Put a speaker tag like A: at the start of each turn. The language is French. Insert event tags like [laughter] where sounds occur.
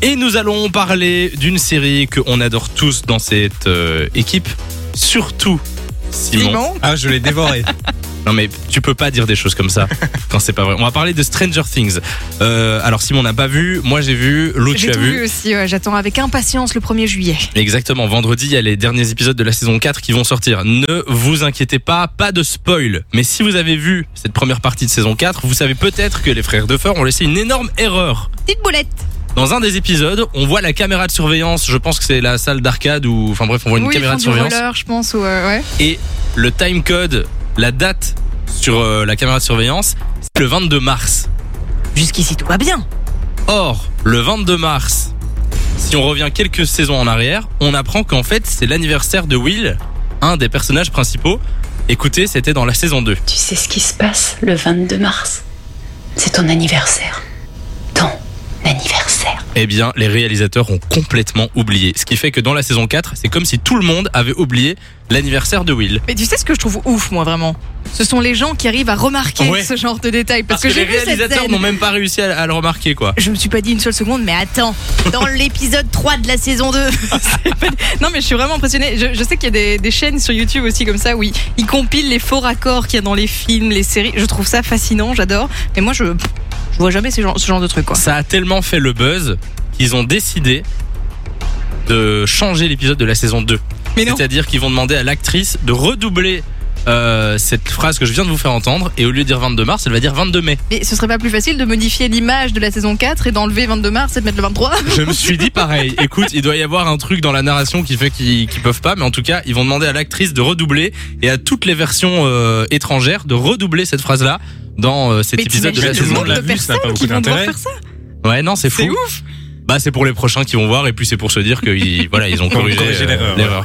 A: Et nous allons parler d'une série qu'on adore tous dans cette euh, équipe. Surtout Simon.
B: Ah, je l'ai dévoré.
A: Non mais tu peux pas dire des choses comme ça quand c'est pas vrai. On va parler de Stranger Things. Euh, alors Simon n'a pas vu, moi j'ai vu, Lou tu
C: J'ai
A: as
C: tout
A: vu.
C: vu aussi, ouais, j'attends avec impatience le 1er juillet.
A: Exactement, vendredi, il y a les derniers épisodes de la saison 4 qui vont sortir. Ne vous inquiétez pas, pas de spoil. Mais si vous avez vu cette première partie de saison 4, vous savez peut-être que les frères de Feur ont laissé une énorme erreur.
C: Petite boulette
A: Dans un des épisodes, on voit la caméra de surveillance, je pense que c'est la salle d'arcade ou enfin bref, on voit une
C: oui,
A: caméra
C: fin
A: de
C: du
A: surveillance
C: roller, je pense, ou euh, ouais.
A: et le time code, la date sur euh, la caméra de surveillance, c'est le 22 mars.
C: Jusqu'ici, tout va bien.
A: Or, le 22 mars, si on revient quelques saisons en arrière, on apprend qu'en fait, c'est l'anniversaire de Will, un des personnages principaux. Écoutez, c'était dans la saison 2.
D: Tu sais ce qui se passe le 22 mars C'est ton anniversaire. Ton anniversaire.
A: Eh bien, les réalisateurs ont complètement oublié. Ce qui fait que dans la saison 4, c'est comme si tout le monde avait oublié l'anniversaire de Will.
C: Mais tu sais ce que je trouve ouf, moi, vraiment Ce sont les gens qui arrivent à remarquer
A: Ouais.
C: ce genre de détails. Parce,
A: les
C: j'ai vu cette
A: réalisateurs
C: scène.
A: n'ont même pas réussi à, à le remarquer, quoi.
C: Je me suis pas dit une seule seconde, mais attends, dans [laughs] l'épisode 3 de la saison 2. [laughs] C'est pas- non, mais je suis vraiment impressionnée. Je, je sais qu'il y a des, des chaînes sur YouTube aussi comme ça où ils, ils compilent les faux raccords qu'il y a dans les films, les séries. Je trouve ça fascinant, j'adore. Mais moi, je, je vois jamais ces gens- ce genre de truc, quoi.
A: Ça a tellement fait le buzz qu'ils ont décidé de changer l'épisode de la saison 2.
C: Mais non.
A: C'est-à-dire qu'ils vont demander à l'actrice de redoubler euh, cette phrase que je viens de vous faire entendre et au lieu de dire 22 mars, elle va dire 22
C: [laughs]
A: mai.
C: Mais ce serait pas plus facile de modifier l'image de la saison 4 et d'enlever 22 mars et de mettre le 23
A: Je me suis dit pareil. Écoute, il doit y avoir un truc dans la narration qui fait qu'ils qu'ils peuvent pas, mais en tout cas, ils vont demander à l'actrice de redoubler et à toutes les versions euh, étrangères de redoubler cette phrase-là dans euh, cet
C: Mais
A: épisode de la
C: t'imagines le
A: saison
C: nombre
A: 2.
B: l'a
C: de
B: vu, ça
C: personnes
B: n'a pas beaucoup
C: qui vont devoir
B: d'intérêt.
C: faire ça
A: Ouais, non, c'est fou.
C: C'est ouf
A: Bah, c'est pour les prochains qui vont voir et puis c'est pour se dire qu'ils voilà, ils [laughs] ont corrigé
B: corrigé
A: euh,
B: l'erreur, ouais.
A: l'erreur.